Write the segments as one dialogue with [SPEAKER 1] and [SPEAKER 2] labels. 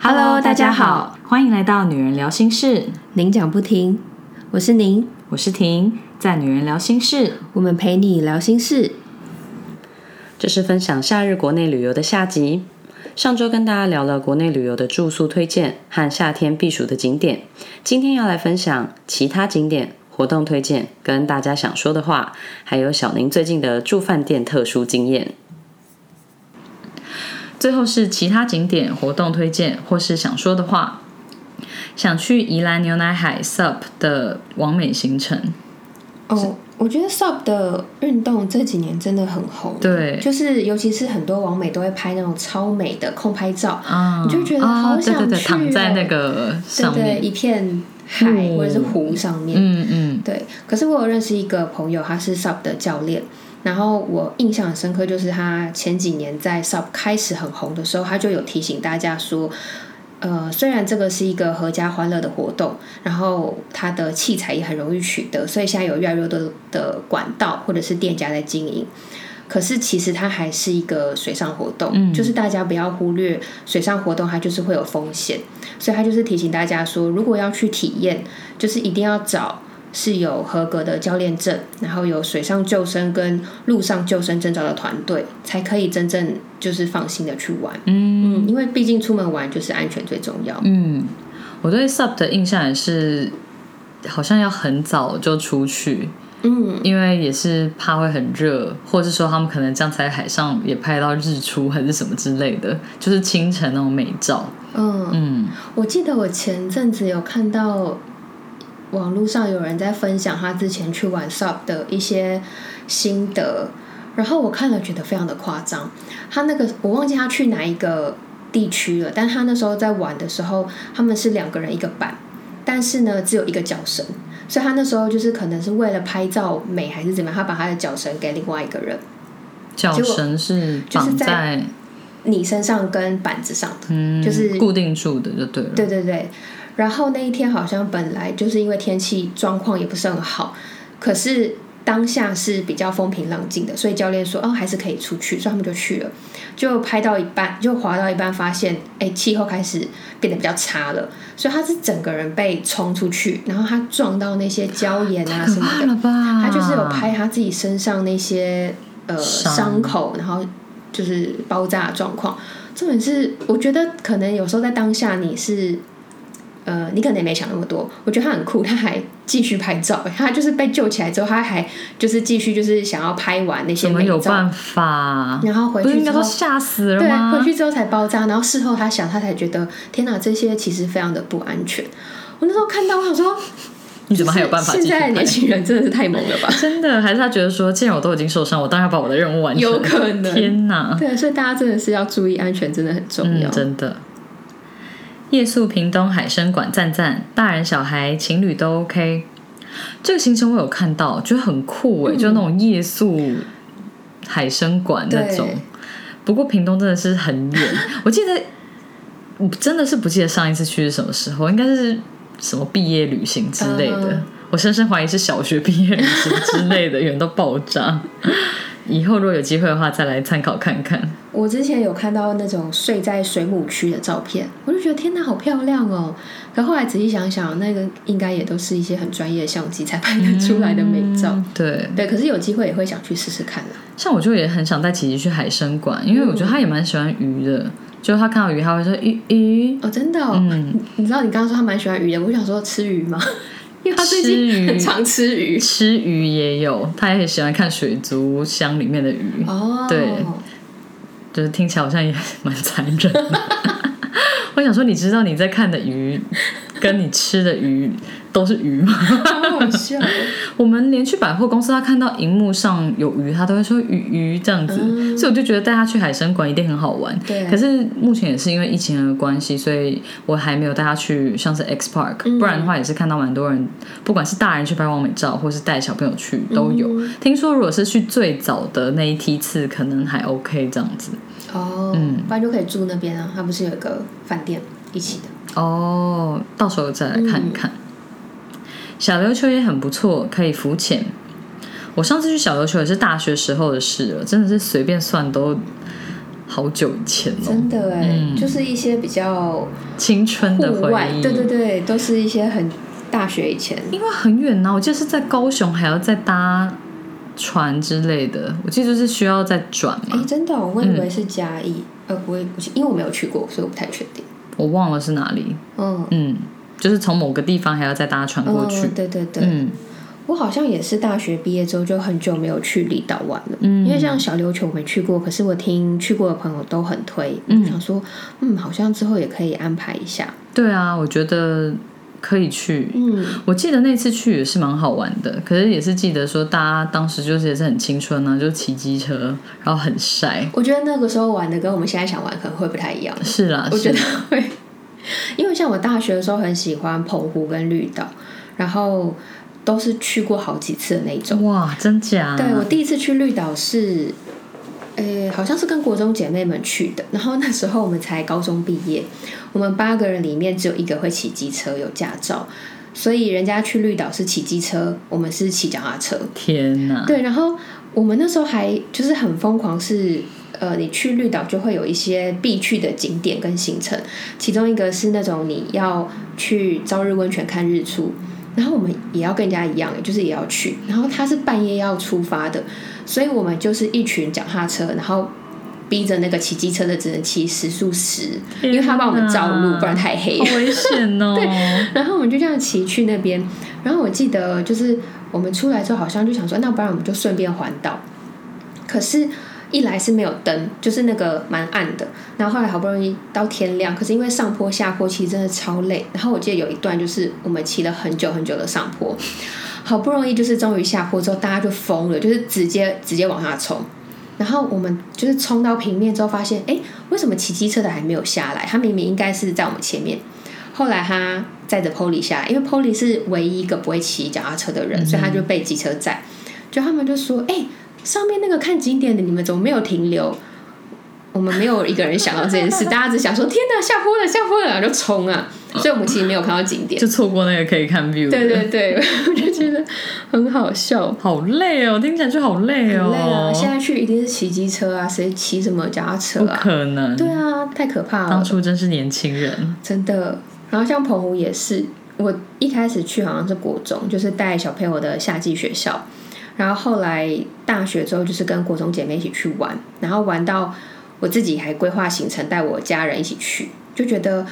[SPEAKER 1] Hello，大家好，欢迎来到《女人聊心事》，
[SPEAKER 2] 您讲不停，我是您，
[SPEAKER 1] 我是婷，在《女人聊心事》，
[SPEAKER 2] 我们陪你聊心事。
[SPEAKER 3] 这是分享夏日国内旅游的下集。上周跟大家聊了国内旅游的住宿推荐和夏天避暑的景点，今天要来分享其他景点、活动推荐，跟大家想说的话，还有小宁最近的住饭店特殊经验。
[SPEAKER 1] 最后是其他景点、活动推荐或是想说的话。想去宜兰牛奶海 SUP 的完美行程，
[SPEAKER 4] 哦，我觉得 SUP 的运动这几年真的很红，
[SPEAKER 1] 对
[SPEAKER 4] 就是尤其是很多网美都会拍那种超美的空拍照，
[SPEAKER 3] 嗯
[SPEAKER 1] 啊
[SPEAKER 4] 你就觉得好想去、
[SPEAKER 1] 对
[SPEAKER 4] 哦
[SPEAKER 1] 对对，躺在那个
[SPEAKER 4] 对
[SPEAKER 1] 上
[SPEAKER 4] 对
[SPEAKER 1] 面，
[SPEAKER 4] 一片海
[SPEAKER 1] 嗯
[SPEAKER 4] 或者是湖上面，
[SPEAKER 1] 嗯嗯，
[SPEAKER 4] 对。可是我有认识一个朋友，他是 SUP 的教练，然后我印象很深刻，就是他前几年在 SUP 开始很红的时候，他就有提醒大家说。呃，虽然这个是一个合家欢乐的活动，然后它的器材也很容易取得，所以现在有越来越多的的管道或者是店家在经营。可是其实它还是一个水上活动，就是大家不要忽略水上活动，它就是会有风险，所以它就是提醒大家说，如果要去体验，就是一定要找是有合格的教练证，然后有水上救生跟陆上救生证照的团队，才可以真正就是放心的去玩。嗯，因为毕竟出门玩就是安全最重要。
[SPEAKER 1] 嗯，我对 SUP 的印象也是，好像要很早就出去，
[SPEAKER 4] 嗯，
[SPEAKER 1] 因为也是怕会很热，或者是说他们可能这样才在海上也拍到日出还是什么之类的，就是清晨那种美照。
[SPEAKER 4] 嗯，
[SPEAKER 1] 嗯，
[SPEAKER 4] 我记得我前阵子有看到网络上有人在分享他之前去玩 SUP 的一些心得，然后我看了觉得非常的夸张。他那个我忘记他去哪一个地区了，但他那时候在玩的时候，他们是两个人一个板，但是呢只有一个脚绳，所以他那时候就是可能是为了拍照美还是怎么样，他把他的脚绳给另外一个人，
[SPEAKER 1] 脚
[SPEAKER 4] 结果
[SPEAKER 1] 绳是
[SPEAKER 4] 就是
[SPEAKER 1] 绑
[SPEAKER 4] 在
[SPEAKER 1] 在
[SPEAKER 4] 你身上跟板子上的，
[SPEAKER 1] 嗯，
[SPEAKER 4] 就是
[SPEAKER 1] 固定住的就对了。
[SPEAKER 4] 对对对，然后那一天好像本来就是因为天气状况也不是很好，可是当下是比较风平浪静的，所以教练说哦还是可以出去，所以他们就去了。就拍到一半，就滑到一半，发现哎气候开始变得比较差了，所以他是整个人被冲出去，然后他撞到那些礁岩啊
[SPEAKER 1] 太可
[SPEAKER 4] 什么
[SPEAKER 1] 怕
[SPEAKER 4] 的，
[SPEAKER 1] 了吧！
[SPEAKER 4] 他就是有拍他自己身上那些呃
[SPEAKER 1] 伤
[SPEAKER 4] 伤口，然后就是包扎的状况。重点是，我觉得可能有时候在当下你是。呃，你可能也没想那么多。我觉得他很酷，他还继续拍照。欸他就是被救起来之后，他还就是继续就是想要拍完那些
[SPEAKER 1] 怎么
[SPEAKER 4] 美
[SPEAKER 1] 有
[SPEAKER 4] 照，
[SPEAKER 1] 办法？
[SPEAKER 4] 然后回
[SPEAKER 1] 不是
[SPEAKER 4] 去
[SPEAKER 1] 应
[SPEAKER 4] 之
[SPEAKER 1] 该
[SPEAKER 4] 后
[SPEAKER 1] 说，吓死了
[SPEAKER 4] 对，
[SPEAKER 1] 吗？
[SPEAKER 4] 回去之后才包扎。然后事后他想，他才觉得天哪，这些其实非常的不安全。我那时候看到，我想说，
[SPEAKER 1] 你怎么还有办法
[SPEAKER 4] 就
[SPEAKER 1] 继续
[SPEAKER 4] 是现在的
[SPEAKER 1] 拍？
[SPEAKER 4] 年轻人真的是太猛了吧？
[SPEAKER 1] 真的还是他觉得说，既然我都已经受伤，我当然要把我的任务 完成。
[SPEAKER 4] 有可能
[SPEAKER 1] 天哪！
[SPEAKER 4] 对，啊所以大家真的是要注意安全，真的很重要。
[SPEAKER 1] 嗯、真的。夜宿屏东海参馆，赞赞，大人小孩情侣都 OK。这个行程我有看到，觉得很酷哎、
[SPEAKER 4] 嗯
[SPEAKER 1] 就那种夜宿海参馆那种
[SPEAKER 4] 对。
[SPEAKER 1] 不过屏东真的是很远， 我记得我真的是不记得上一次去是什么时候，应该是什么毕业旅行之类的。
[SPEAKER 4] 嗯
[SPEAKER 1] 我深深怀疑是小学毕业旅行之类的，远到爆炸。以后如果有机会的话，再来参考看看。
[SPEAKER 4] 我之前有看到那种睡在水母区的照片，我就觉得天哪，好漂亮哦！可后来仔细想想，那个应该也都是一些很专业的相机才拍得出来的美照。
[SPEAKER 1] 嗯对，
[SPEAKER 4] 对，可是有机会也会想去试试看啊啦。
[SPEAKER 1] 像我就也很想带琪琪去海参馆，因为我觉得他也蛮喜欢鱼的，就他看到鱼他会说鱼鱼，
[SPEAKER 4] 哦，真的、哦，
[SPEAKER 1] 嗯，
[SPEAKER 4] 你你知道你刚刚说他蛮喜欢鱼的，我想说吃鱼吗？因为他最
[SPEAKER 1] 吃
[SPEAKER 4] 近
[SPEAKER 1] 鱼
[SPEAKER 4] 很常 吃鱼。
[SPEAKER 1] 吃鱼也有，他也很喜欢看水族箱里面的鱼，
[SPEAKER 4] 哦，
[SPEAKER 1] 对就是听起来好像也蛮残忍的。 我想说，你知道你在看的鱼跟你吃的鱼都是鱼吗？
[SPEAKER 4] 好好笑哦。
[SPEAKER 1] 我们连去百货公司，他看到荧幕上有鱼，他都会说鱼鱼这样子，所以我就觉得带他去海参馆一定很好玩。
[SPEAKER 4] 对
[SPEAKER 1] 可是目前也是因为疫情的关系，所以我还没有带他去像是 X Park，、不然的话也是看到蛮多人，不管是大人去拍完美照，或是带小朋友去都有。听说如果是去最早的那一梯次，可能还 OK 这样子。
[SPEAKER 4] 哦，
[SPEAKER 1] 嗯
[SPEAKER 4] 不然就可以住那边啊，他不是有一个饭店一起的。
[SPEAKER 1] 哦，到时候再来看看。
[SPEAKER 4] 嗯
[SPEAKER 1] 小琉球也很不错，可以浮潜。我上次去小琉球也是大学时候的事了，真的是随便算都好久以前哦，
[SPEAKER 4] 真的哎、就是一些比较
[SPEAKER 1] 青春的
[SPEAKER 4] 户
[SPEAKER 1] 回
[SPEAKER 4] 外，
[SPEAKER 1] 忆。
[SPEAKER 4] 对对对，都是一些很大学以前，
[SPEAKER 1] 因为很远呐、我记得是在高雄，还要再搭船之类的。我记得就是需要再转
[SPEAKER 4] 哎、
[SPEAKER 1] 嘛，
[SPEAKER 4] 真的哦、我以为是嘉义，
[SPEAKER 1] 嗯
[SPEAKER 4] 呃，我也因为我没有去过，所以我不太确定。
[SPEAKER 1] 我忘了是哪里。
[SPEAKER 4] 嗯，
[SPEAKER 1] 嗯，就是从某个地方还要再搭船过去
[SPEAKER 4] 嗯。对对对，
[SPEAKER 1] 嗯
[SPEAKER 4] 我好像也是大学毕业之后就很久没有去离岛玩了，
[SPEAKER 1] 嗯
[SPEAKER 4] 因为像小琉球我没去过，可是我听去过的朋友都很推，嗯，想说，嗯，好像之后也可以安排一下，
[SPEAKER 1] 对啊，我觉得可以去。
[SPEAKER 4] 嗯，
[SPEAKER 1] 我记得那次去也是蛮好玩的，可是也是记得说大家当时就是也是很青春啊，就骑机车，然后很晒。
[SPEAKER 4] 我觉得那个时候玩的跟我们现在想玩可能会不太一样，
[SPEAKER 1] 是啦，
[SPEAKER 4] 我
[SPEAKER 1] 是
[SPEAKER 4] 觉得
[SPEAKER 1] 啦
[SPEAKER 4] 会，因为像我大学的时候很喜欢澎湖跟绿岛，然后都是去过好几次的那一种。
[SPEAKER 1] 哇，真假？
[SPEAKER 4] 对我第一次去绿岛是，呃，好像是跟国中姐妹们去的。然后那时候我们才高中毕业，我们八个人里面只有一个会骑机车，有驾照，所以人家去绿岛是骑机车，我们是骑脚踏车。
[SPEAKER 1] 天哪！
[SPEAKER 4] 对，然后我们那时候还就是很疯狂是。呃，你去绿岛就会有一些必去的景点跟行程，其中一个是那种你要去朝日温泉看日出，然后我们也要跟人家一样，就是也要去，然后他是半夜要出发的，所以我们就是一群脚踏车，然后逼着那个骑机车的只能骑时速十，因为他帮我们照路，不然太黑了
[SPEAKER 1] 好。危险 哦。
[SPEAKER 4] 然后我们就这样骑去那边，然后我记得就是我们出来之后，好像就想说，那不然我们就顺便环岛。可是，一来是没有灯，就是那个蛮暗的。然后后来好不容易到天亮，可是因为上坡下坡其实真的超累。然后我记得有一段就是我们骑了很久很久的上坡，好不容易就是终于下坡之后，大家就疯了，就是直接直接往下冲。然后我们就是冲到平面之后，发现哎，诶为什么骑机车的还没有下来？他明明应该是在我们前面。后来他载着 Polly 下来，因为 Polly 是唯一一个不会骑脚踏车的人，所以他就被机车载。就他们就说：“哎、上面那个看景点的，你们怎么没有停留？”我们没有一个人想到这件事，大家只想说：“天哪，下坡了，下坡了！”然后就冲啊！所以我们其实没有看到景点。
[SPEAKER 1] 就错过那个可以看 view 的。
[SPEAKER 4] 对对对，我就觉得很好笑。
[SPEAKER 1] 好累哦，听起来就好累哦，
[SPEAKER 4] 很累啊！现在去一定是骑机车啊，谁骑什么脚踏车
[SPEAKER 1] 不
[SPEAKER 4] 啊？
[SPEAKER 1] 可能。
[SPEAKER 4] 对啊，太可怕了
[SPEAKER 1] 当。初真是年轻人，
[SPEAKER 4] 真的。然后像澎湖也是，我一开始去好像是国中，就是带小朋友的夏季学校，然后后来大学之后就是跟国中姐妹一起去玩，然后玩到我自己还规划行程带我家人一起去，就觉得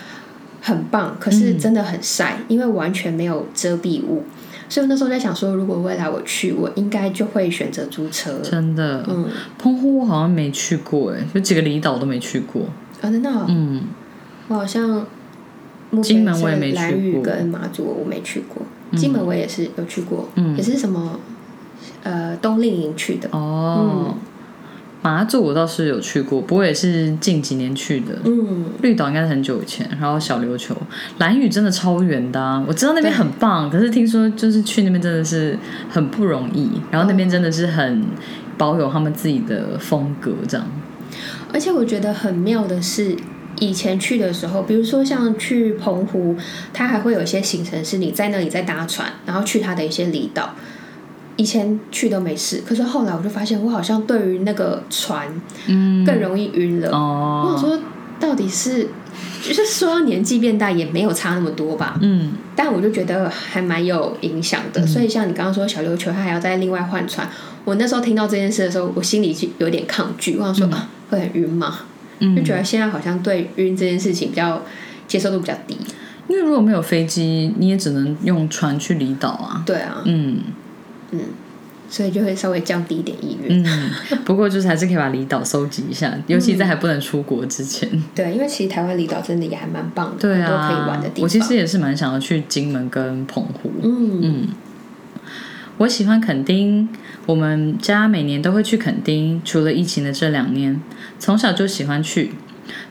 [SPEAKER 4] 很棒。可是真的很晒，因为完全没有遮蔽物。所以我那时候在想说，如果未来我去，我应该就会选择租车。
[SPEAKER 1] 真的。
[SPEAKER 4] 嗯，
[SPEAKER 1] 澎湖我好像没去过，哎，有几个离岛都没去过。
[SPEAKER 4] 啊，真的哦、
[SPEAKER 1] 嗯，
[SPEAKER 4] 我好像目前
[SPEAKER 1] 金门我也没去过
[SPEAKER 4] 兰屿跟马祖我没去过，金门我也是有去过，
[SPEAKER 1] 嗯
[SPEAKER 4] 也是什么呃冬令营去的，嗯
[SPEAKER 1] 哦，马祖我倒是有去过，不过也是近几年去的。
[SPEAKER 4] 嗯，
[SPEAKER 1] 绿岛应该是很久以前，然后小琉球、蓝屿真的超远的、啊，我知道那边很棒，可是听说就是去那边真的是很不容易，然后那边真的是很保有他们自己的风格，这样。
[SPEAKER 4] 而且我觉得很妙的是。以前去的时候，比如说像去澎湖，它还会有一些行程是你在那里再搭船，然后去它的一些离岛。以前去都没事，可是后来我就发现，我好像对于那个船
[SPEAKER 1] 嗯，
[SPEAKER 4] 更容易晕了。我想
[SPEAKER 1] 哦，
[SPEAKER 4] 说，到底是就是说年纪变大也没有差那么多吧？
[SPEAKER 1] 嗯，
[SPEAKER 4] 但我就觉得还蛮有影响的。所以像你刚刚说小琉球，他还要再另外换船。我那时候听到这件事的时候，我心里就有点抗拒，我想说、啊，会很晕吗？
[SPEAKER 1] 嗯
[SPEAKER 4] 就觉得现在好像对晕这件事情比较接受度比较低。
[SPEAKER 1] 因为如果没有飞机，你也只能用船去离岛啊。
[SPEAKER 4] 对啊，
[SPEAKER 1] 嗯
[SPEAKER 4] 所以就会稍微降低一点意愿。
[SPEAKER 1] 嗯，不过就是还是可以把离岛收集一下，尤其在还不能出国之前。
[SPEAKER 4] 对，因为其实台湾离岛真的也还蛮棒的，
[SPEAKER 1] 对
[SPEAKER 4] 很多
[SPEAKER 1] 啊，
[SPEAKER 4] 可以玩的地方。
[SPEAKER 1] 我其实也是蛮想要去金门跟澎湖。
[SPEAKER 4] 嗯
[SPEAKER 1] 我喜欢垦丁，我们家每年都会去垦丁，除了疫情的这两年，从小就喜欢去。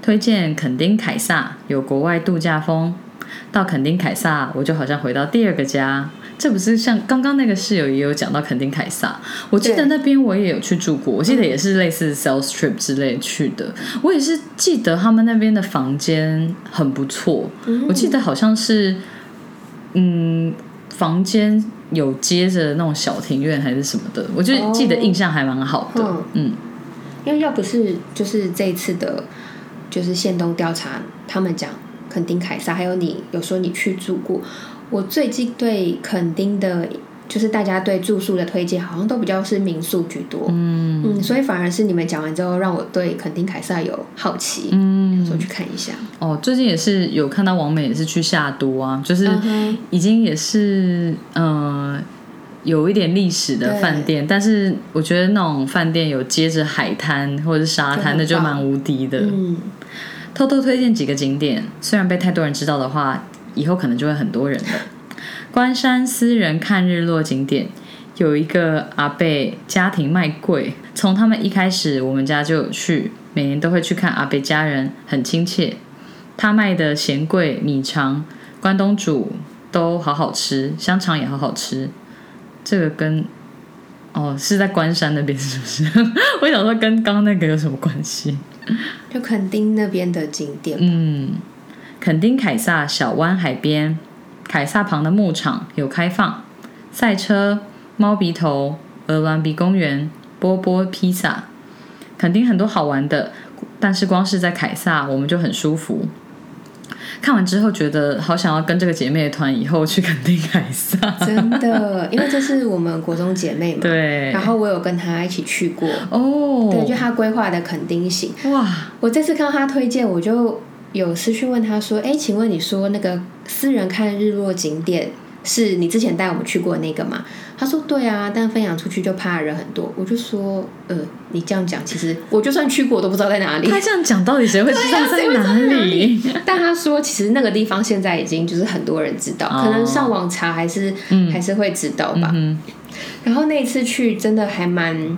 [SPEAKER 1] 推荐垦丁凯撒，有国外度假风。到垦丁凯撒，我就好像回到第二个家。这不是像刚刚那个室友也有讲到垦丁凯撒，我记得
[SPEAKER 4] 对
[SPEAKER 1] 那边我也有去住过，我记得也是类似 sales trip 之类去的。我也是记得他们那边的房间很不错，我记得好像是，嗯，房间有接着那种小庭院还是什么的，我就记得印象还蛮好的。
[SPEAKER 4] 哦
[SPEAKER 1] 嗯，
[SPEAKER 4] 因为要不是就是这一次的，就是县东调查，他们讲垦丁凯撒，还有你有说你去住过，我最近对垦丁的，就是大家对住宿的推荐，好像都比较是民宿居多，嗯嗯，所以反而是你们讲完之后，让我对垦丁凯撒有好奇，嗯，说去看一下，
[SPEAKER 1] 哦，最近也是有看到王美也是去夏都啊，就是
[SPEAKER 4] 嗯
[SPEAKER 1] 已经也是嗯、呃有一点历史的饭店，但是我觉得那种饭店有接着海滩或者是沙滩，
[SPEAKER 4] 就很棒
[SPEAKER 1] 那就蛮无敌的。
[SPEAKER 4] 嗯，
[SPEAKER 1] 偷偷推荐几个景点，虽然被太多人知道的话，以后可能就会很多人了。关山私人看日落景点有一个阿贝家庭卖桂，从他们一开始我们家就有去，每年都会去看阿贝家人，很亲切。他卖的咸桂、米肠、关东煮都好好吃，香肠也好好吃。这个跟哦是在关山那边是不是？ 我想说跟刚刚那个有什么关系？
[SPEAKER 4] 就垦丁那边的景 点，
[SPEAKER 1] 嗯，垦丁凯撒小湾海边，凯撒旁的牧场有开放赛车、猫鼻头、鹅銮鼻公园、波波披萨，垦丁很多好玩的，但是光是在凯撒我们就很舒服。看完之后觉得好想要跟这个姐妹团以后去垦丁凯撒，
[SPEAKER 4] 真的，因为这是我们国中姐妹嘛，
[SPEAKER 1] 对
[SPEAKER 4] 然后我有跟她一起去过，对，就
[SPEAKER 1] 哦，
[SPEAKER 4] 她规划的垦丁行。
[SPEAKER 1] 哇，
[SPEAKER 4] 我这次看到她推荐，我就有私讯问她说：“哎，请问你说那个私人看日落景点是你之前带我们去过那个吗？”她说：“对啊，但分享出去就怕人很多。”我就说：“呃，你这样讲，其实我就算去过，我都不知道在哪里。
[SPEAKER 1] 他这样讲到底谁会知道在哪里？
[SPEAKER 4] 但他说，其实那个地方现在已经就是很多人知道，
[SPEAKER 1] 哦嗯
[SPEAKER 4] 可能上网查还是、还是会知道吧。然后那一次去真的还蛮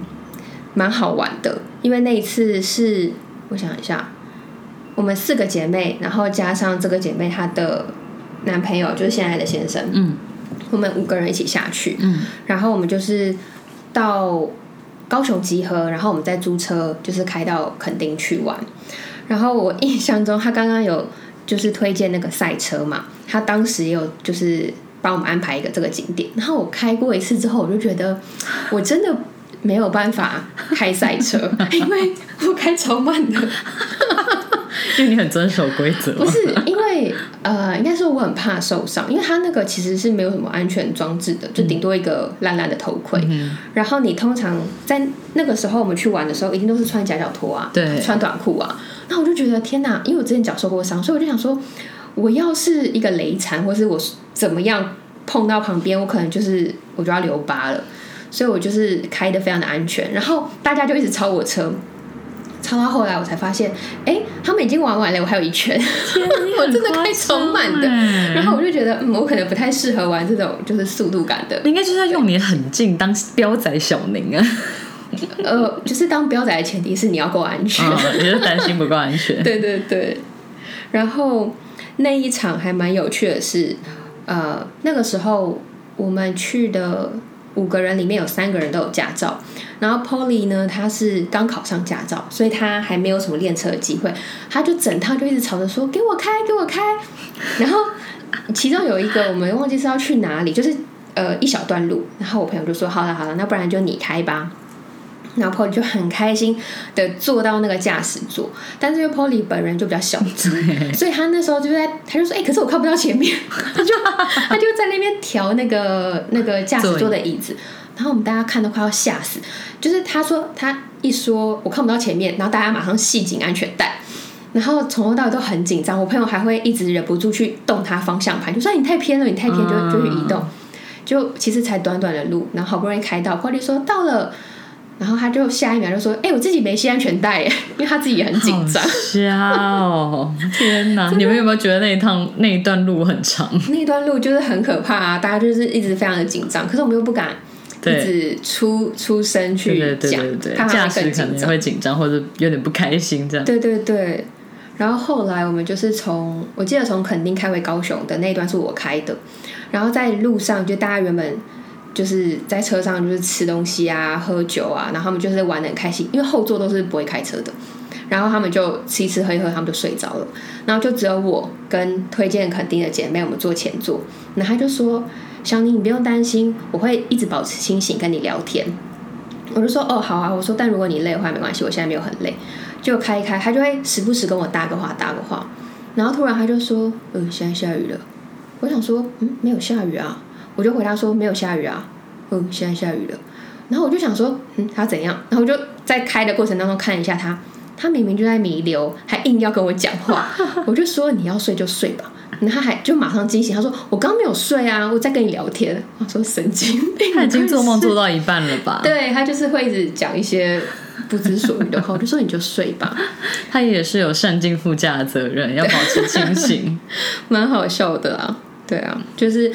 [SPEAKER 4] 蛮好玩的，因为那一次是我想一下，我们四个姐妹，然后加上这个姐妹她的男朋友，就是现在的先生，
[SPEAKER 1] 嗯，
[SPEAKER 4] 我们五个人一起下去，
[SPEAKER 1] 嗯，
[SPEAKER 4] 然后我们就是到高雄集合，然后我们再租车，就是开到垦丁去玩。然后我印象中，他刚刚有就是推荐那个赛车嘛，他当时也有就是帮我们安排一个这个景点。然后我开过一次之后，我就觉得我真的没有办法开赛车， 因为我开超慢的。
[SPEAKER 1] 因为你很遵守规则，
[SPEAKER 4] 不是因为呃，应该说我很怕受伤，因为它那个其实是没有什么安全装置的，就顶多一个烂烂的头盔。然后你通常在那个时候我们去玩的时候，一定都是穿夹脚拖啊，
[SPEAKER 1] 对
[SPEAKER 4] 穿短裤啊。那我就觉得天哪，因为我之前脚受过伤，所以我就想说，我要是一个雷残，或是我怎么样碰到旁边，我可能就是我就要留疤了。所以我就是开的非常的安全，然后大家就一直超我车，超到后来我才发现，哎、他们已经玩完了，我还有一圈， 我真的开超慢的。
[SPEAKER 1] 的
[SPEAKER 4] 然后我就觉得，嗯，我可能不太适合玩这种就是速度感的，
[SPEAKER 1] 你应该就是要用你的狠劲当彪仔小宁啊！
[SPEAKER 4] 呃，就是当彪仔的前提是你要够安 全。
[SPEAKER 1] 嗯，你是担心不够安全。
[SPEAKER 4] 对对对。然后那一场还蛮有趣的是，呃，那个时候我们去的五个人里面有三个人都有驾照，然后 Polly 呢，他是刚考上驾照，所以他还没有什么练车的机会，他就整趟就一直吵着说给我开，给我开。然后其中有一个我们忘记是要去哪里，就是呃一小段路，然后我朋友就说好了好了，那不然就你开吧。然后 Polly 就很开心的坐到那个驾驶座，但是因为 Polly 本人就比较小只，所以他那时候就在，他就说：“哎、可是我看不到前面。”他就他就在那边调那个那个驾驶座的椅子，然后我们大家看都快要吓死。就是他说他一说我看不到前面，然后大家马上系紧安全带。然后从头到尾都很紧张，我朋友还会一直忍不住去动他方向盘，就说哎你太偏了，你太偏就就去移
[SPEAKER 1] 嗯
[SPEAKER 4] 动。就其实才短短的路，然后好不容易开到，Polly 说到了，然后他就下一秒就说：“哎、我自己没系安全带耶，因为他自己也很紧张。
[SPEAKER 1] 好 笑哦！天哪，你们有没有觉得那一趟那一段路很长？
[SPEAKER 4] 那段路就是很可怕啊，大家就是一直非常的紧张，可是我们又不敢
[SPEAKER 1] 对
[SPEAKER 4] 一直出出声去
[SPEAKER 1] 对对对
[SPEAKER 4] 讲
[SPEAKER 1] 对，对，
[SPEAKER 4] 怕他
[SPEAKER 1] 驾
[SPEAKER 4] 们
[SPEAKER 1] 驶
[SPEAKER 4] 更
[SPEAKER 1] 可
[SPEAKER 4] 紧
[SPEAKER 1] 能
[SPEAKER 4] 张。
[SPEAKER 1] 会紧张或者有点不开心这样。
[SPEAKER 4] 对对对。然后后来我们就是从，我记得从垦丁开回高雄的那一段是我开的，然后在路上就大家原本就是在车上就是吃东西啊、喝酒啊，然后他们就是玩的很开心，因为后座都是不会开车的，然后他们就吃一吃喝一喝，他们就睡着了，然后就只有我跟推荐垦丁的姐妹我们坐前座，然后他就说：“小宁，你不用担心，我会一直保持清醒跟你聊天。”我就说哦好啊，我说但如果你累的话没关系，我现在没有很累，就开一开，他就会时不时跟我搭个话搭个话，然后突然他就说嗯现在下雨了，我想说嗯没有下雨啊，我就回答说没有下雨啊，嗯现在下雨了，然后我就想说嗯他怎样，然后我就在开的过程当中看一下他，他明明就在弥留，还硬要跟我讲话， 我就说你要睡就睡吧。然后他还就马上惊醒，他说：“我刚没有睡啊，我在跟你聊天。” 我说：“神经病，
[SPEAKER 1] 他已经做梦做到一半了吧？
[SPEAKER 4] 对他就是会一直讲一些不知所云的话，我就说你就睡吧，
[SPEAKER 1] 他也是有善尽附加的责任，要保持清 醒。
[SPEAKER 4] 蛮好笑的啊。对啊，就是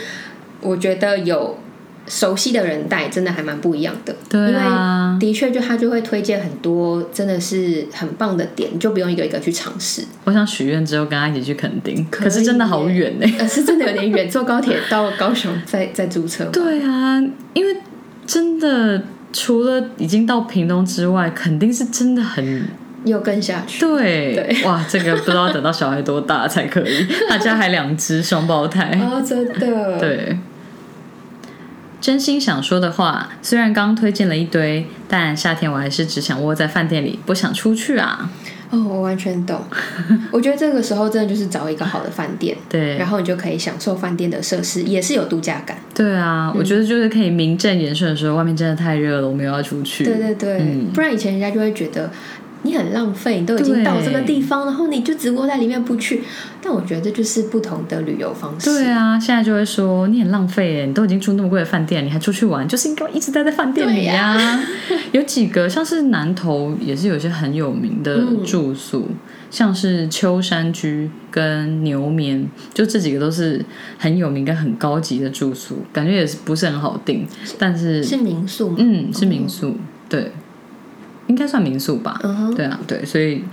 [SPEAKER 4] 我觉得有熟悉的人带，真的还蛮不一样的。
[SPEAKER 1] 对啊
[SPEAKER 4] 因为的确就他就会推荐很多真的是很棒的点，你就不用一个一个去尝试。
[SPEAKER 1] 我想许愿之后跟他一起去垦丁，可
[SPEAKER 4] 以
[SPEAKER 1] 是真的好远哎、
[SPEAKER 4] 呃，是真的有点远，坐高铁到高雄再再租车吧。
[SPEAKER 1] 对啊，因为真的除了已经到屏东之外，肯定是真的很
[SPEAKER 4] 又更下去。
[SPEAKER 1] 对
[SPEAKER 4] 对
[SPEAKER 1] 哇，这个不知道等到小孩多大才可以。他家还两只双胞胎，
[SPEAKER 4] 哦，真的。
[SPEAKER 1] 哎对。真心想说的话，虽然刚推荐了一堆，但夏天我还是只想窝在饭店里，不想出去啊。
[SPEAKER 4] 哦，我完全懂。我觉得这个时候真的就是找一个好的饭店，
[SPEAKER 1] 对
[SPEAKER 4] 然，后你就可以享受饭店的设施，也是有度假感。
[SPEAKER 1] 对啊，
[SPEAKER 4] 嗯
[SPEAKER 1] 我觉得就是可以名正言顺的说，外面真的太热了，我们又要出去。
[SPEAKER 4] 对对对，不然以前人家就会觉得你很浪费，你都已经到这个地方，然后你就只窝在里面不去。但我觉得这就是不同的旅游方式。
[SPEAKER 1] 对啊，现在就会说你很浪费耶，你都已经住那么贵的饭店，你还出去玩，就是应该一直待在饭店里呀、 有几个像是南投也是有一些很有名的住宿，像是秋山居跟牛眠，就这几个都是很有名跟很高级的住宿，感觉也是不是很好订，但是
[SPEAKER 4] 是民宿吗？
[SPEAKER 1] 嗯是民宿，对，应该算民宿吧。
[SPEAKER 4] 嗯哼，
[SPEAKER 1] 对啊，对，所以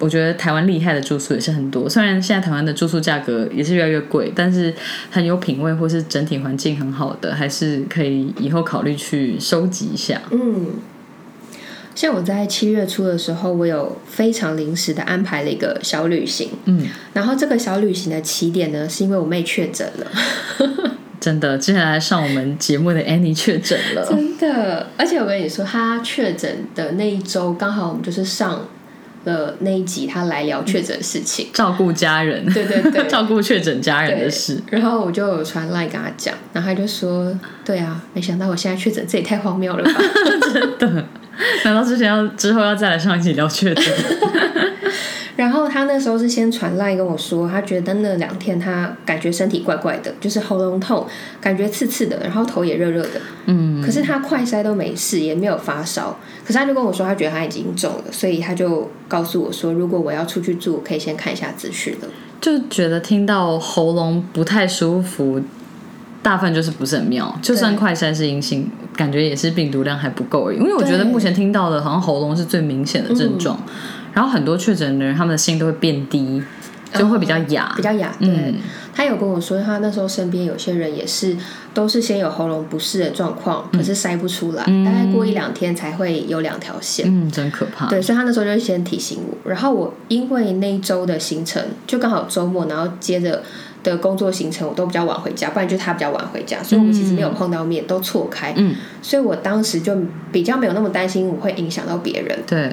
[SPEAKER 1] 我觉得台湾厉害的住宿也是很多。虽然现在台湾的住宿价格也是越来越贵，但是很有品味或是整体环境很好的，还是可以以后考虑去收集一下。
[SPEAKER 4] 嗯。像我在七月初的时候，我有非常临时的安排了一个小旅行，
[SPEAKER 1] 嗯，
[SPEAKER 4] 然后这个小旅行的起点呢，是因为我妹确诊了，
[SPEAKER 1] 真的，接下来上我们节目的 Annie 确诊 了，
[SPEAKER 4] 真的，而且我跟你说，他确诊的那一周，刚好我们就是上了那一集，他来聊确诊的事情。
[SPEAKER 1] 照顾家人，
[SPEAKER 4] 对对 对
[SPEAKER 1] 照顾确诊家人
[SPEAKER 4] 对
[SPEAKER 1] 的事。
[SPEAKER 4] 然后我就有传赖跟他讲，然后他就说：“对啊，没想到我现在确诊，这也太荒谬 了吧
[SPEAKER 1] 难道之前要之后要再来上一集聊确诊？！”
[SPEAKER 4] 然后他那时候是先传赖跟我说，他觉得那两天他感觉身体怪怪的，就是喉咙痛，感觉刺刺的，然后头也热热的。
[SPEAKER 1] 嗯，
[SPEAKER 4] 可是他快筛都没事，也没有发烧。可是他就跟我说，他觉得他已经中了，所以他就告诉我说，如果我要出去住，可以先看一下资讯了。
[SPEAKER 1] 就觉得听到喉咙不太舒服，大部分就是不是很妙。就算快筛是阴性，感觉也是病毒量还不够而已。因为我觉得
[SPEAKER 4] 对嗯
[SPEAKER 1] 目前听到的，好像喉咙是最明显的症状。然后很多确诊的人，他们的心都会变低，就会比较哑。
[SPEAKER 4] 哦比较哑。对，
[SPEAKER 1] 嗯
[SPEAKER 4] 他有跟我说，他那时候身边有些人也是，都是先有喉咙不适的状况，
[SPEAKER 1] 嗯
[SPEAKER 4] 可是筛不出来，大概过一两天才会有两条线。
[SPEAKER 1] 嗯，真可怕。
[SPEAKER 4] 对，所以他那时候就先提醒我，然后我因为那一周的行程就刚好周末，然后接着的工作行程我都比较晚回家，不然就他比较晚回家，所以我们其实没有碰到面，都错开。
[SPEAKER 1] 嗯，
[SPEAKER 4] 所以我当时就比较没有那么担心我会影响到别人，
[SPEAKER 1] 对，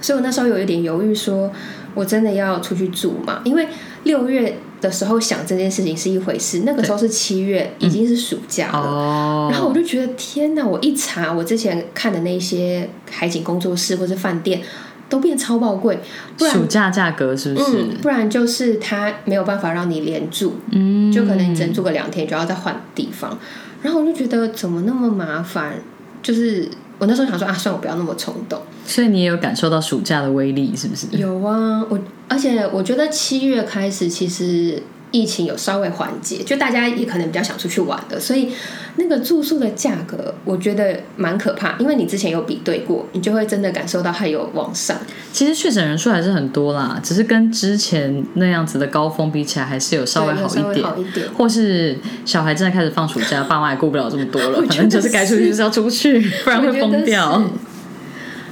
[SPEAKER 4] 所以我那时候有一点犹豫说，我真的要出去住嘛？因为六月的时候想这件事情是一回事，那个时候是七月，已经是暑假了。
[SPEAKER 1] 哦，
[SPEAKER 4] 然后我就觉得天哪！我一查我之前看的那些海景工作室或是饭店，都变超爆贵，不然
[SPEAKER 1] 暑假价格是不是？
[SPEAKER 4] 嗯，不然就是它没有办法让你连住，
[SPEAKER 1] 嗯，
[SPEAKER 4] 就可能你只能住个两天，就要再换地方。然后我就觉得怎么那么麻烦？就是我那时候想说啊，算了，我不要那么冲动。
[SPEAKER 1] 所以你也有感受到暑假的威力，是不是？
[SPEAKER 4] 有啊，我而且我觉得七月开始其实。疫情有稍微缓解，就大家也可能比较想出去玩的，所以那个住宿的价格，我觉得蛮可怕，因为你之前有比对过，你就会真的感受到它有往上。
[SPEAKER 1] 其实确诊人数还是很多啦，只是跟之前那样子的高峰比起来，还是有稍微
[SPEAKER 4] 对有
[SPEAKER 1] 好
[SPEAKER 4] 稍
[SPEAKER 1] 一
[SPEAKER 4] 微
[SPEAKER 1] 点
[SPEAKER 4] 好一点。
[SPEAKER 1] 或是小孩真的开始放暑 假，爸妈也顾不了这么多了，反正就是该出去就是要出去， 不然会疯
[SPEAKER 4] 我
[SPEAKER 1] 掉
[SPEAKER 4] 觉得。是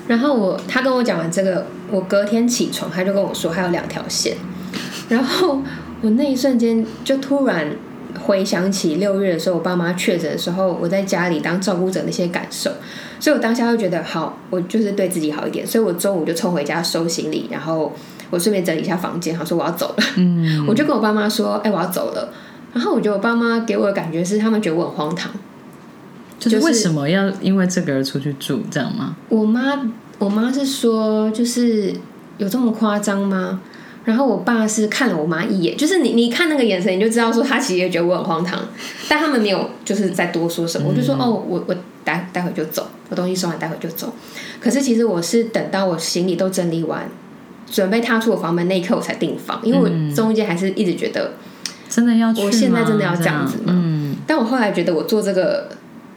[SPEAKER 4] 然后我他跟我讲完这个，我隔天起床，他就跟我说还有两条线，然后我那一瞬间就突然回想起六月的时候，我爸妈确诊的时候，我在家里当照顾者那些感受，所以我当下就觉得好，我就是对自己好一点，所以我中午就冲回家收行李，然后我顺便整理一下房间，好说我要走了，嗯，我就跟我爸妈说，哎、我要走了。然后我觉得我爸妈给我的感觉是，他们觉得我很荒唐。
[SPEAKER 1] 就是
[SPEAKER 4] 就是
[SPEAKER 1] 为什么要因为这个而出去住，这样吗？
[SPEAKER 4] 我妈，我妈是说，就是有这么夸张吗？然后我爸是看了我妈一眼，就是你你看那个眼神，你就知道说他其实也觉得我很荒唐，但他们没有就是再多说什么，我就说哦，我我待待会就走，我东西收完待会就走。可是其实我是等到我行李都整理完，准备踏出我房门那一刻我才订房，因为我中间还是一直觉得
[SPEAKER 1] 真的要去吗？
[SPEAKER 4] 我现在真的要这样子吗
[SPEAKER 1] 嗯，
[SPEAKER 4] 但我后来觉得我做这个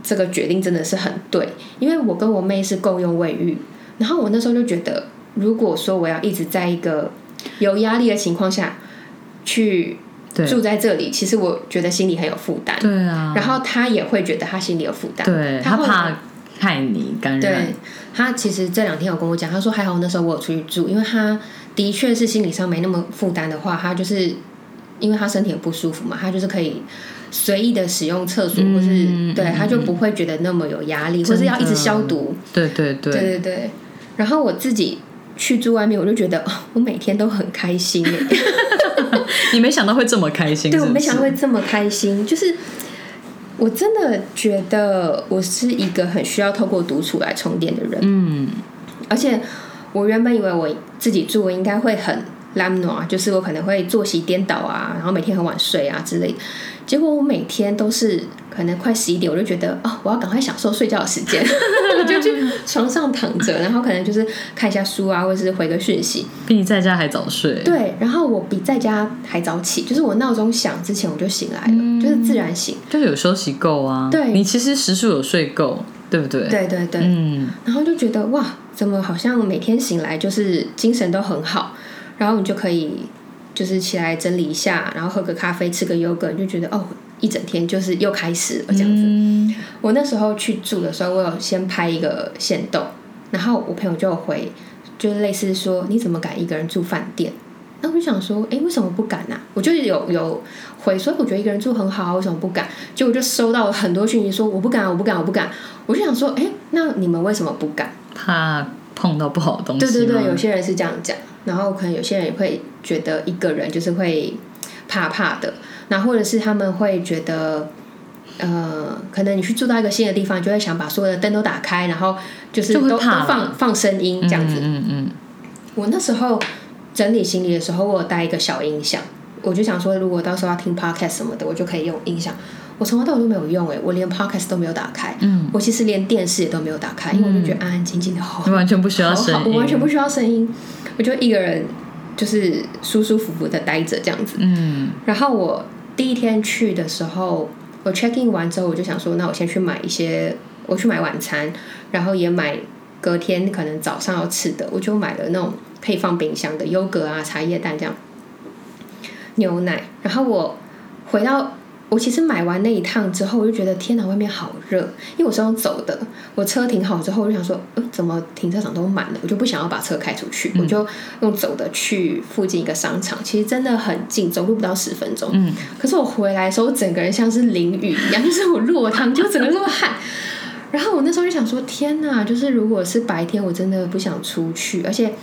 [SPEAKER 4] 这个决定真的是很对，因为我跟我妹是共用卫浴，然后我那时候就觉得，如果说我要一直在一个有压力的情况下去
[SPEAKER 1] 对
[SPEAKER 4] 住在这里，其实我觉得心里很有负担，
[SPEAKER 1] 对啊，
[SPEAKER 4] 然后她也会觉得她心里有负担，
[SPEAKER 1] 对他
[SPEAKER 4] 后来
[SPEAKER 1] 怕害你感染
[SPEAKER 4] 对，他其实这两天有跟我讲，他说还好那时候我有出去住，因为他的确是心理上没那么负担的话，他就是因为他身体也不舒服嘛，他就是可以随意的使用厕所，或是、
[SPEAKER 1] 嗯
[SPEAKER 4] 对
[SPEAKER 1] 嗯
[SPEAKER 4] 他就不会觉得那么有压力，或
[SPEAKER 1] 真
[SPEAKER 4] 是
[SPEAKER 1] 的
[SPEAKER 4] 要一直消毒。
[SPEAKER 1] 对对对
[SPEAKER 4] 对对对。然后我自己去住外面，我就觉得、哦我每天都很开心耶。
[SPEAKER 1] 你没想到会这么开心
[SPEAKER 4] 对，我
[SPEAKER 1] 是不
[SPEAKER 4] 没
[SPEAKER 1] 是
[SPEAKER 4] 想到会这么开心，就是我真的觉得我是一个很需要透过独处来充电的人。
[SPEAKER 1] 嗯，
[SPEAKER 4] 而且我原本以为我自己住，我应该会很 l a m n o 就是我可能会作息颠倒啊，然后每天很晚睡啊之类的。结果我每天都是可能快十一点，我就觉得哦，我要赶快享受睡觉的时间， 我就去床上躺着，然后可能就是看一下书啊，或者是回个讯息。
[SPEAKER 1] 比你在家还早睡，
[SPEAKER 4] 对，然后我比在家还早起，就是我闹钟响之前我就醒来了，就是自然醒。
[SPEAKER 1] 就有休息够啊。
[SPEAKER 4] 对
[SPEAKER 1] 你其实时数有睡够，对不对？，
[SPEAKER 4] 对对对，
[SPEAKER 1] 嗯，
[SPEAKER 4] 然后就觉得哇，怎么好像每天醒来就是精神都很好，然后你就可以就是起来整理一下，然后喝个咖啡，吃个 yogurt，你就觉得哦，一整天就是又开始了这样子。
[SPEAKER 1] 嗯，
[SPEAKER 4] 我那时候去住的时候，我有先拍一个线动，然后我朋友就有回，就是类似说你怎么敢一个人住饭店？那我就想说，诶，为什么不敢呢、我就有有回说，我觉得一个人住很好啊，为什么不敢？结果就收到很多讯息说我不敢啊，我不敢，我不敢。我就想说，诶，那你们为什么不敢？
[SPEAKER 1] 怕碰到不好的东西
[SPEAKER 4] 对
[SPEAKER 1] 吗。
[SPEAKER 4] 对对，有些人是这样讲，然后可能有些人也会觉得一个人就是会怕怕的，那或者是他们会觉得。呃，可能你去住到一个新的地方，你就会想把所有的灯都打开，然后就是
[SPEAKER 1] 就
[SPEAKER 4] 都
[SPEAKER 1] 会
[SPEAKER 4] 都
[SPEAKER 1] 怕了
[SPEAKER 4] 放放声音这样子。
[SPEAKER 1] 嗯嗯嗯，
[SPEAKER 4] 我那时候整理行李的时候，我有带一个小音响，我就想说，如果到时候要听 podcast 什么的，我就可以用音响。我从头到尾都没有用、欸诶，我连 podcast 都没有打开，嗯，我其实连电视也都没有打开，因为我就觉得安安静静的好
[SPEAKER 1] 你完全不需要
[SPEAKER 4] 好
[SPEAKER 1] 声
[SPEAKER 4] 好，
[SPEAKER 1] 音，
[SPEAKER 4] 我完全不需要声音，我就一个人就是舒舒服服的待着这样子。
[SPEAKER 1] 嗯，
[SPEAKER 4] 然后我第一天去的时候，我 check in 完之后，我就想说，那我先去买一些，我去买晚餐，然后也买隔天可能早上要吃的，我就买了那种可以放冰箱的优格啊、茶叶蛋这样，牛奶。然后我回到。我其实买完那一趟之后，我就觉得天哪，外面好热，因为我是用走的。我车停好之后，我就想说，呃，怎么停车场都满了？我就不想要把车开出去，我就用走的去附近一个商场，其实真的很近，走路不到十分钟。嗯，可是我回来的时候，我整个人像是淋雨一样，就是我落汤，就整个落汗。然后我那时候就想说，天哪！就是如果是白天，我真的不想出去，而且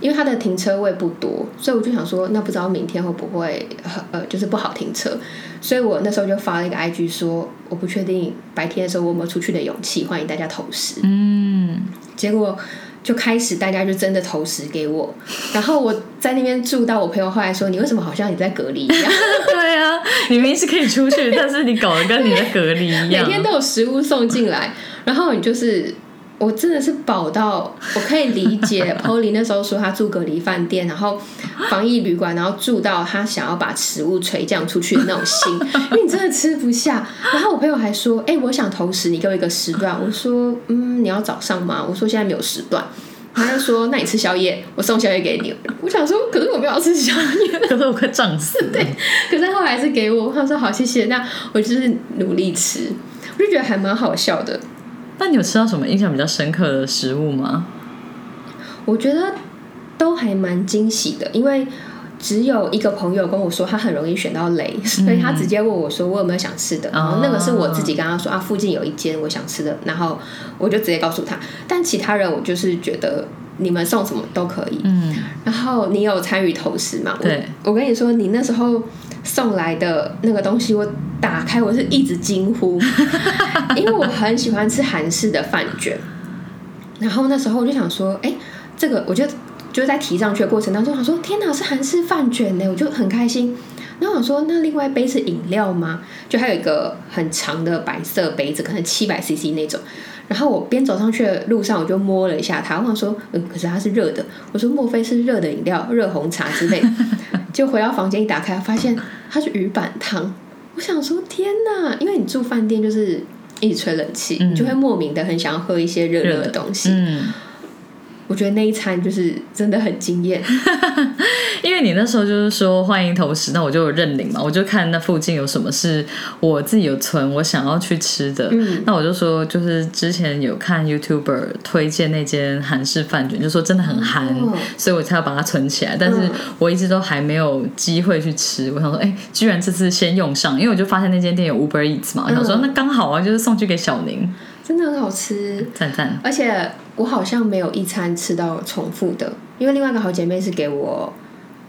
[SPEAKER 4] 因为它的停车位不多，所以我就想说，那不知道明天会不会呃呃，就是不好停车。所以我那时候就发了一个 IG 说，我不确定白天的时候我有没有出去的勇气，欢迎大家投食。嗯，结果就开始大家就真的投食给我，然后我在那边住到我朋友后来说，你为什么好像你在隔离一样？
[SPEAKER 1] 对啊，你明明是可以出去，但是你搞得跟你在隔离一
[SPEAKER 4] 每
[SPEAKER 1] 样，
[SPEAKER 4] 天都有食物送进来，然后你就是。我真的是饱到，我可以理解 Polly 那时候说他住隔离饭店，然后防疫旅馆，然后住到他想要把食物垂降出去的那种心， 因为你真的吃不下。然后我朋友还说：“哎、我想投食，你给我一个时段。”我说：“嗯，你要早上吗？”我说：“现在没有时段。”他就说：“那你吃宵夜，我送宵夜给你。”我想说：“可是我没有要吃宵夜。”
[SPEAKER 1] 可是我快胀死了。
[SPEAKER 4] 可是后来是给我，他说好谢谢，那我就是努力吃，我就觉得还蛮好笑的。
[SPEAKER 1] 那你有吃到什么印象比较深刻的食物吗？
[SPEAKER 4] 我觉得都还蛮惊喜的，因为只有一个朋友跟我说，他很容易选到雷，所以他直接问我说我有没有想吃的。然后那个是我自己跟他说啊，附近有一间我想吃的，然后我就直接告诉他。但其他人我就是觉得你们送什么都可以。
[SPEAKER 1] 嗯，
[SPEAKER 4] 然后你有参与投食嘛？我
[SPEAKER 1] 对，
[SPEAKER 4] 我跟你说，你那时候送来的那个东西，我打开我是一直惊呼，因为我很喜欢吃韩式的饭卷。然后那时候我就想说，哎，这个我就就是在提上去的过程当中，想说天哪，是韩式饭卷呢，我就很开心。然后我说，那另外一杯是饮料吗？就还有一个很长的白色杯子，可能七百 CC 那种。然后我边走上去的路上，我就摸了一下它，我想说，嗯，可是它是热的。我说，莫非是热的饮料、热红茶之 类的？就回到房间一打开，发现它是鱼板汤。我想说，天哪！因为你住饭店就是一直吹冷气，你就会莫名的很想要喝一些热嗯热的东西。
[SPEAKER 1] 嗯，
[SPEAKER 4] 我觉得那一餐就是真的很惊艳，
[SPEAKER 1] 因为你那时候就是说欢迎投食，那我就有认领嘛，我就看那附近有什么是我自己有存我想要去吃的，
[SPEAKER 4] 嗯
[SPEAKER 1] 那我就说就是之前有看 YouTuber 推荐那间韩式饭卷，就说真的很韩，
[SPEAKER 4] 哦嗯
[SPEAKER 1] 所以我才要把它存起来，但是我一直都还没有机会去吃，我想说哎、居然这次先用上，因为我就发现那间店有 Uber Eats 嘛，我
[SPEAKER 4] 嗯
[SPEAKER 1] 想说那刚好啊，就是送去给小宁，
[SPEAKER 4] 真的很好吃。
[SPEAKER 1] 赞赞，
[SPEAKER 4] 而且我好像没有一餐吃到重复的，因为另外一个好姐妹是给我，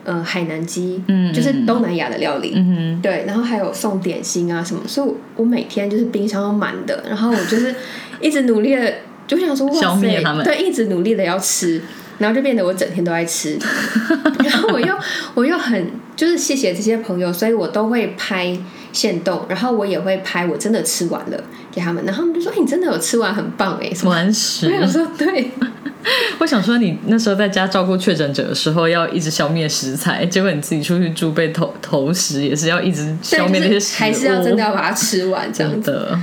[SPEAKER 4] 呃，海南鸡，
[SPEAKER 1] 嗯
[SPEAKER 4] 就是东南亚的料理，
[SPEAKER 1] 嗯哼。
[SPEAKER 4] 对，然后还有送点心啊什么，所以我每天就是冰箱都满的，然后我就是一直努力的，就想说哇
[SPEAKER 1] 消灭
[SPEAKER 4] 塞
[SPEAKER 1] 他们，
[SPEAKER 4] 对，一直努力的要吃，然后就变得我整天都 在吃，然后我又我又很就是谢谢这些朋友，所以我都会拍现动，然后我也会拍我真的吃完了给他们，然后他们就说、哎你真的有吃完，很棒哎、什么。
[SPEAKER 1] 完食
[SPEAKER 4] 我，想说，对，
[SPEAKER 1] 我想说，你那时候在家照顾确诊者的时候，要一直消灭食材，结果你自己出去住被投投食，也是要一直 消灭那些
[SPEAKER 4] 就
[SPEAKER 1] 食
[SPEAKER 4] 是
[SPEAKER 1] 物，
[SPEAKER 4] 还是要真的要把它吃完这样
[SPEAKER 1] 真
[SPEAKER 4] 子。
[SPEAKER 1] 的，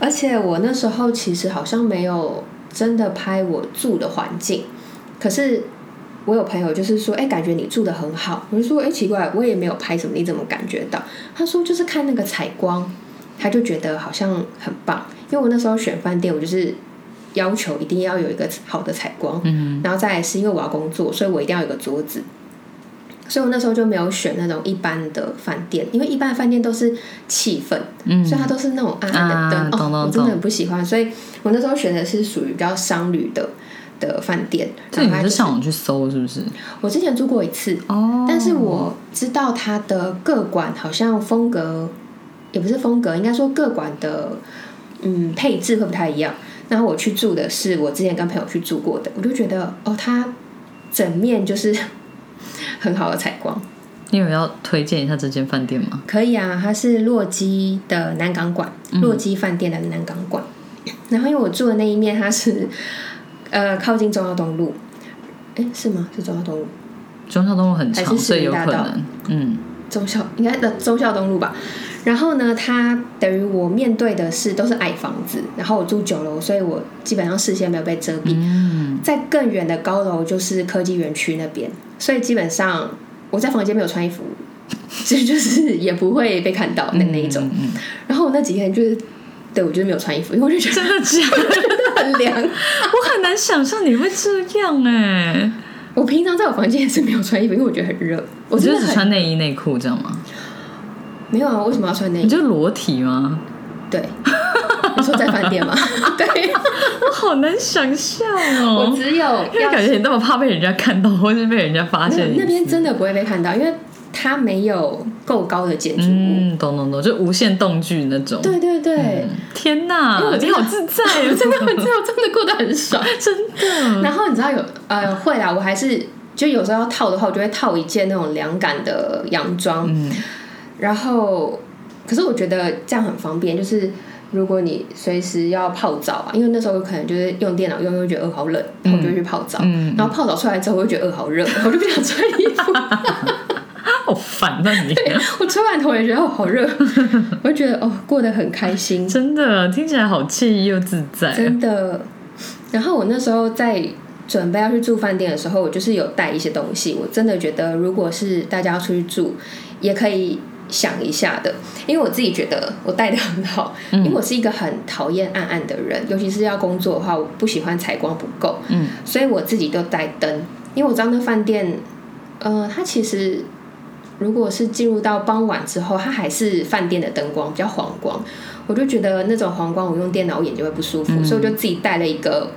[SPEAKER 4] 而且我那时候其实好像没有真的拍我住的环境，可是我有朋友就是说，哎、感觉你住的很好。我就说，哎、奇怪，我也没有拍什么，你怎么感觉到？他说就是看那个采光，他就觉得好像很棒。因为我那时候选饭店，我就是要求一定要有一个好的采光，嗯，然后再来是因为我要工作，所以我一定要有个桌子。所以我那时候就没有选那种一般的饭店，因为一般的饭店都是气氛，
[SPEAKER 1] 嗯
[SPEAKER 4] 所以它都是那种暗暗的
[SPEAKER 1] 啊
[SPEAKER 4] 灯，
[SPEAKER 1] 懂
[SPEAKER 4] 哦，
[SPEAKER 1] 懂
[SPEAKER 4] 我真的
[SPEAKER 1] 懂
[SPEAKER 4] 很不喜欢。所以我那时候选的是属于比较商旅的的饭店，
[SPEAKER 1] 这
[SPEAKER 4] 然
[SPEAKER 1] 你
[SPEAKER 4] 后它
[SPEAKER 1] 们是
[SPEAKER 4] 就是
[SPEAKER 1] 上网去搜是不是？
[SPEAKER 4] 我之前住过一次，
[SPEAKER 1] 哦
[SPEAKER 4] 但是我知道它的各馆好像风格，也不是风格，应该说各馆的嗯配置会不太一样。然后我去住的是我之前跟朋友去住过的，我就觉得哦，它整面就是 很好的采光，
[SPEAKER 1] 你有要推荐一下这间饭店吗？
[SPEAKER 4] 可以啊。它是洛基的南港馆，
[SPEAKER 1] 嗯
[SPEAKER 4] 洛基饭店的南港馆。然后因为我住的那一面，它是呃靠近中央东路，哎是吗？是中央东路。
[SPEAKER 1] 中孝东路很长，
[SPEAKER 4] 还是市
[SPEAKER 1] 所以
[SPEAKER 4] 民
[SPEAKER 1] 有
[SPEAKER 4] 大
[SPEAKER 1] 可
[SPEAKER 4] 道
[SPEAKER 1] 能，嗯，
[SPEAKER 4] 忠孝应该的忠孝东路吧。然后呢，它等于我面对的是都是矮房子，然后我住九楼，所以我基本上视线没有被遮蔽。
[SPEAKER 1] 嗯
[SPEAKER 4] 在更远的高楼就是科技园区那边，所以基本上我在房间没有穿衣服，所以就是也不会被看到的那一种。
[SPEAKER 1] 嗯
[SPEAKER 4] 然后我那几天就是，对我就是没有穿衣服，因为我就觉得
[SPEAKER 1] 真的假的？
[SPEAKER 4] 很凉。
[SPEAKER 1] 我很难想象你会这样哎、
[SPEAKER 4] 我平常在我房间也是没有穿衣服，因为我觉得很热。我
[SPEAKER 1] 我
[SPEAKER 4] 真
[SPEAKER 1] 就
[SPEAKER 4] 的
[SPEAKER 1] 只
[SPEAKER 4] 很
[SPEAKER 1] 穿内衣内裤这样吗？
[SPEAKER 4] 没有啊，为什么要穿内
[SPEAKER 1] 你
[SPEAKER 4] 衣？
[SPEAKER 1] 就裸体吗？
[SPEAKER 4] 对，你说在饭店吗？ 对。
[SPEAKER 1] 我好难想象哦、
[SPEAKER 4] 我只有
[SPEAKER 1] 因为
[SPEAKER 4] 要
[SPEAKER 1] 感觉你那么怕被人家看到，或是被人家发
[SPEAKER 4] 那
[SPEAKER 1] 现你
[SPEAKER 4] 那边真的不会被看到，因为它没有够高的建筑物。
[SPEAKER 1] 嗯，懂懂懂，就无限动距那种。
[SPEAKER 4] 对对对，
[SPEAKER 1] 嗯，天哪，
[SPEAKER 4] 我
[SPEAKER 1] 你
[SPEAKER 4] 真的
[SPEAKER 1] 好自在哦，
[SPEAKER 4] 我真的很自由，真的过得很爽。
[SPEAKER 1] 真的。
[SPEAKER 4] 然后你知道有呃会啦，我还是就有时候要套的话，我就会套一件那种凉感的洋装。
[SPEAKER 1] 嗯
[SPEAKER 4] 然后可是我觉得这样很方便，就是。如果你随时要泡澡啊，因为那时候可能就是用电脑用，又觉得呃好冷，然后我就会去泡澡。
[SPEAKER 1] 嗯
[SPEAKER 4] 然后泡澡出来之后，我就觉得呃好热，我就不想穿衣服。
[SPEAKER 1] 好烦啊你！
[SPEAKER 4] 我吹完头也觉得哦好热，我就觉得哦过得很开心，
[SPEAKER 1] 真的听起来好惬意又自在。
[SPEAKER 4] 真的。然后我那时候在准备要去住饭店的时候，我就是有带一些东西，我真的觉得如果是大家要出去住，也可以想一下的，因为我自己觉得我带的很好，因为我是一个很讨厌暗暗的人，尤其是要工作的话，我不喜欢采光不够，
[SPEAKER 1] 嗯，
[SPEAKER 4] 所以我自己就带灯，因为我知道那饭店呃，它其实如果是进入到傍晚之后，它还是饭店的灯光比较黄光，我就觉得那种黄光我用电脑眼睛会不舒服，
[SPEAKER 1] 嗯
[SPEAKER 4] 所以我就自己带了一个，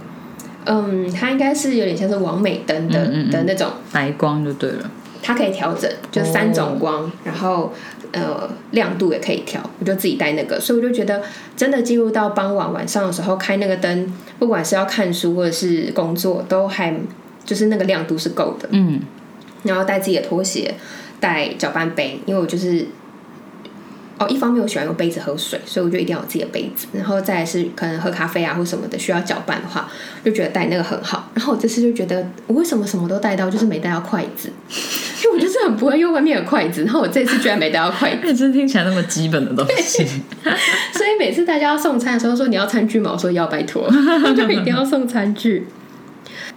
[SPEAKER 4] 嗯，它应该是有点像是完美灯的
[SPEAKER 1] 嗯嗯嗯哦
[SPEAKER 4] 的那种，
[SPEAKER 1] 白光就对了。
[SPEAKER 4] 它可以调整，就三种光，然后呃亮度也可以调，我就自己带那个，所以我就觉得真的进入到傍晚晚上的时候开那个灯，不管是要看书或者是工作，都还就是那个亮度是够的。
[SPEAKER 1] 嗯，
[SPEAKER 4] 然后带自己的拖鞋，带搅拌杯，因为我就是。哦，一方面我喜欢用杯子喝水，所以我就一定要有自己的杯子。然后再来是可能喝咖啡啊或什么的需要搅拌的话，就觉得带那个很好。然后我这次就觉得我为什么什么都带到，就是没带到筷子，因为我就是很不会用外面的筷子。然后我这次居然没带到 筷子，
[SPEAKER 1] 哎，这听起来那么基本的东西，
[SPEAKER 4] 所以每次大家要送餐的时候说你要餐具吗？我说要，拜托，就一定要送餐具。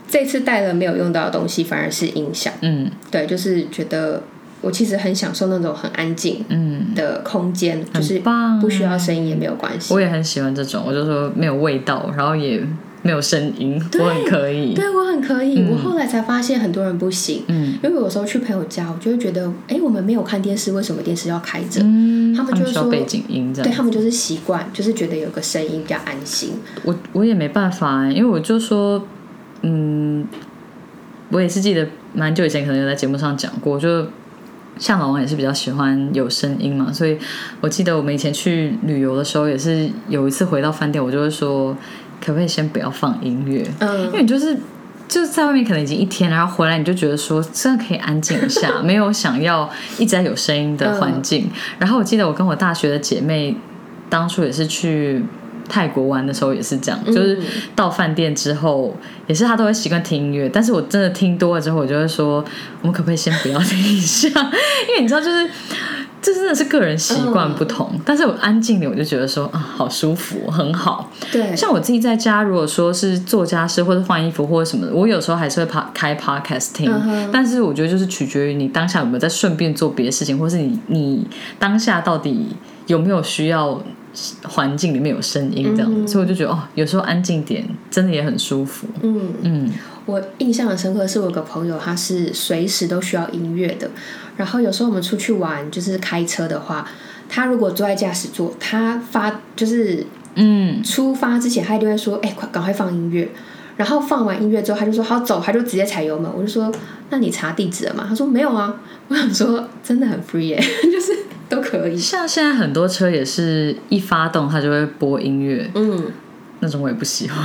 [SPEAKER 4] 这次带了没有用到的东西，反而是音响。
[SPEAKER 1] 嗯
[SPEAKER 4] 对，就是觉得我其实很享受那种很安静
[SPEAKER 1] 嗯，
[SPEAKER 4] 的空间，就
[SPEAKER 1] 很
[SPEAKER 4] 是
[SPEAKER 1] 棒欸
[SPEAKER 4] 不需要声音也没有关系。
[SPEAKER 1] 我也很喜欢这种，我就说没有味道，然后也没有声音，
[SPEAKER 4] 对
[SPEAKER 1] 我很可以。
[SPEAKER 4] 对我很可以，我后来才发现很多人不行，
[SPEAKER 1] 嗯
[SPEAKER 4] 因为有时候去朋友家，我就会觉得，哎，我们没有看电视，为什么电视要开着？
[SPEAKER 1] 嗯，
[SPEAKER 4] 他们就会
[SPEAKER 1] 需要
[SPEAKER 4] 说
[SPEAKER 1] 背景音这样
[SPEAKER 4] 对。他们就是习惯，就是觉得有个声音比较安心。
[SPEAKER 1] 我我也没办法、欸，因为我就说，嗯，我也是记得蛮久以前可能有在节目上讲过，就像老王也是比较喜欢有声音嘛，所以我记得我们以前去旅游的时候，也是有一次回到饭店，我就会说，可不可以先不要放音乐？因
[SPEAKER 4] 嗯，
[SPEAKER 1] 为你就是就是在外面可能已经一天，然后回来你就觉得说真的可以安静一下，没有想要一直在有声音的环境。然后我记得我跟我大学的姐妹当初也是去。泰国玩的时候也是这样，就是到饭店之后，也是她都会习惯听音乐，但是我真的听多了之后，我就会说，我们可不可以先不要听一下？因为你知道，就是这真的是个人习惯不同。但是我安静点，我就觉得说啊，好舒服，很好。
[SPEAKER 4] 对，
[SPEAKER 1] 像我自己在家，如果说是做家事或者换衣服或者什么的，我有时候还是会趴开 podcast 听。
[SPEAKER 4] 嗯哼
[SPEAKER 1] 但是我觉得就是取决于你当下有没有在顺便做别的事情，或是你你当下到底有没有需要环境里面有声音
[SPEAKER 4] 嗯
[SPEAKER 1] 这样。所以我就觉得哦，有时候安静点真的也很舒服。
[SPEAKER 4] 嗯。
[SPEAKER 1] 嗯，
[SPEAKER 4] 我印象很深刻，是我有个朋友，他是随时都需要音乐的。然后有时候我们出去玩，就是开车的话，他如果坐在驾驶座，他发就是
[SPEAKER 1] 嗯，
[SPEAKER 4] 出发之前，他一定会说：“哎、快赶快放音乐。”然后放完音乐之后，他就说：“好走。”他就直接踩油门。我就说：“那你查地址了吗？”他说：“没有啊。”我想说，真的很 free 耶、 就是都可以。
[SPEAKER 1] 像现在很多车也是一发动它就会播音乐，
[SPEAKER 4] 嗯，
[SPEAKER 1] 那种我也不喜欢。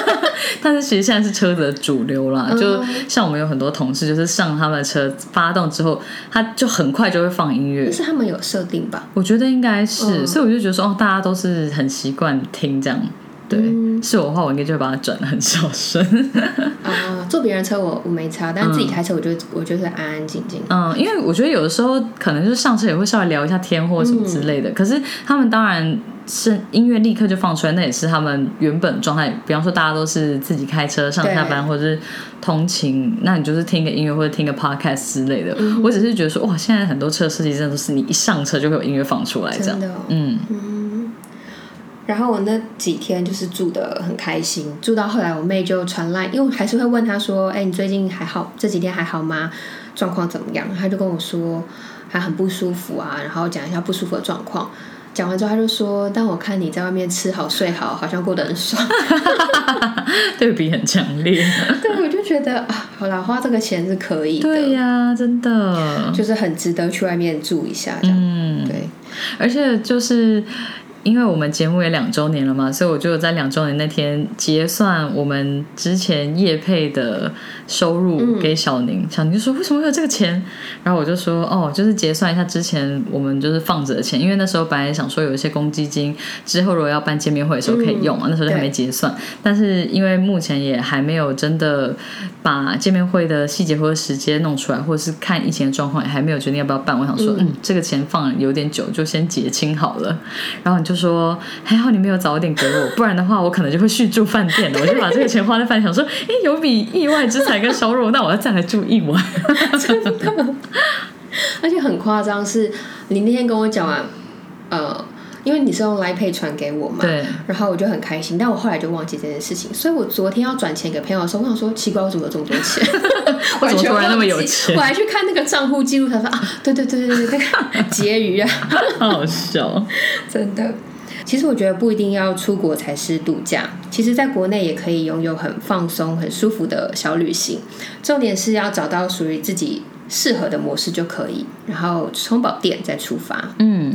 [SPEAKER 1] 但是其实现在是车子的主流啦，
[SPEAKER 4] 嗯
[SPEAKER 1] 就像我们有很多同事，就是上他们的车发动之后，他就很快就会放音乐
[SPEAKER 4] 但。是他们有设定吧？
[SPEAKER 1] 我觉得应该是，
[SPEAKER 4] 嗯
[SPEAKER 1] 所以我就觉得说，哦，大家都是很习惯听这样。对，
[SPEAKER 4] 嗯
[SPEAKER 1] 是我的话，我应该就会把它转的很小声。
[SPEAKER 4] 啊、坐别人车我我没查，但是自己开车我就、我就是安安静静。
[SPEAKER 1] 嗯，因为我觉得有的时候可能就是上车也会稍微聊一下天或
[SPEAKER 4] 嗯
[SPEAKER 1] 什么之类的，可是他们当然是音乐立刻就放出来，那也是他们原本状态。比方说大家都是自己开车上下班
[SPEAKER 4] 对
[SPEAKER 1] 或者是通勤，那你就是听个音乐或者听个 podcast 之类的。
[SPEAKER 4] 嗯
[SPEAKER 1] 我只是觉得说，哇，现在很多车设计真的都是你一上车就会有音乐放出来这样
[SPEAKER 4] 真。的哦、
[SPEAKER 1] 嗯，
[SPEAKER 4] 然后我那几天就是住的很开心，住到后来我妹就传来，因为我还是会问她说：“哎、你最近还好？这几天还好吗？状况怎么样？”她就跟我说她很不舒服啊，然后讲一下不舒服的状况。讲完之后，她就说：“但我看你在外面吃好睡好，好像过得很爽。
[SPEAKER 1] 对比很强 烈。
[SPEAKER 4] 对”我就觉得啊，好啦，花这个钱是可以的，
[SPEAKER 1] 对呀、真的。
[SPEAKER 4] 就是很值得去外面住一下这样。
[SPEAKER 1] 嗯，
[SPEAKER 4] 对，
[SPEAKER 1] 而且就是因为我们节目也两周年了嘛，所以我就在两周年那天结算我们之前业配的收入给小宁，小宁就说为什么会有这个钱？然后我就说哦，就是结算一下之前我们就是放着的钱，因为那时候本来想说有一些公积金之后如果要办见面会的时候可以用嘛，那时候就还没结算，但是因为目前也还没有真的把见面会的细节或者时间弄出来，或者是看疫情的状况，也还没有决定要不要办。我想说，嗯这个钱放了有点久，就先结清好了。然后你就说，还好你没有早点给我，不然的话我可能就会续住饭店了。我就把这个钱花在饭店，想说，哎，有笔意外之财跟收入，那我要再来住一晚。
[SPEAKER 4] 而且很夸张，是你那天跟我讲完，呃，因为你是用 Line Pay 传给我嘛，
[SPEAKER 1] 对，
[SPEAKER 4] 然后我就很开心，但我后来就忘记这件事情，所以我昨天要转钱给朋友的时候，我想说奇怪，我怎么有这么多钱？
[SPEAKER 1] 我怎么
[SPEAKER 4] 完全
[SPEAKER 1] 突然那么有
[SPEAKER 4] 忘记
[SPEAKER 1] 钱
[SPEAKER 4] 我还去看那个账户记录，他说啊，对对对对对，那个结余啊，
[SPEAKER 1] 好笑。
[SPEAKER 4] 真的。其实我觉得不一定要出国才是度假，其实在国内也可以拥有很放松、很舒服的小旅行。重点是要找到属于自己适合的模式就可以，然后充饱电再出发。
[SPEAKER 1] 嗯，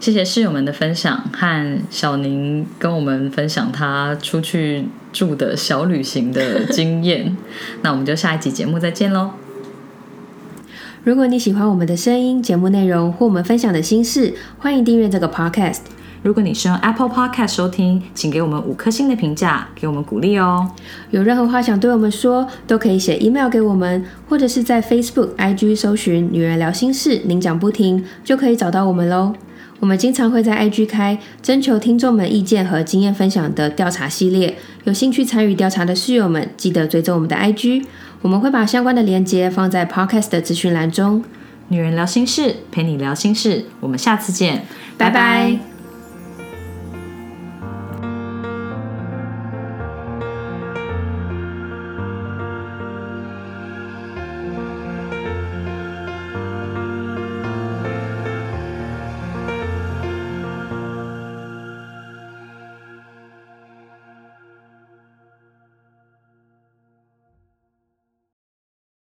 [SPEAKER 1] 谢谢室友们的分享和小宁跟我们分享他出去住的小旅行的经 验。那我们就下一集节目再见喽，
[SPEAKER 2] 如果你喜欢我们的声音、节目内容或我们分享的心事，欢迎订阅这个 podcast。
[SPEAKER 1] 如果你是用 Apple Podcast 收听，请给我们五颗星的评价，给我们鼓励哦。
[SPEAKER 2] 有任何话想对我们说，都可以写 email 给我们，或者是在 Facebook、IG 搜寻“女人聊心事”，您讲不停就可以找到我们喽。我们经常会在 IG 开征求听众们意见和经验分享的调查系列，有兴趣参与调查的室友们，记得追踪我们的 IG，我们会把相关的链接放在 Podcast 的资讯栏中。
[SPEAKER 1] 女人聊心事，陪你聊心事，我们下次见，
[SPEAKER 2] 拜拜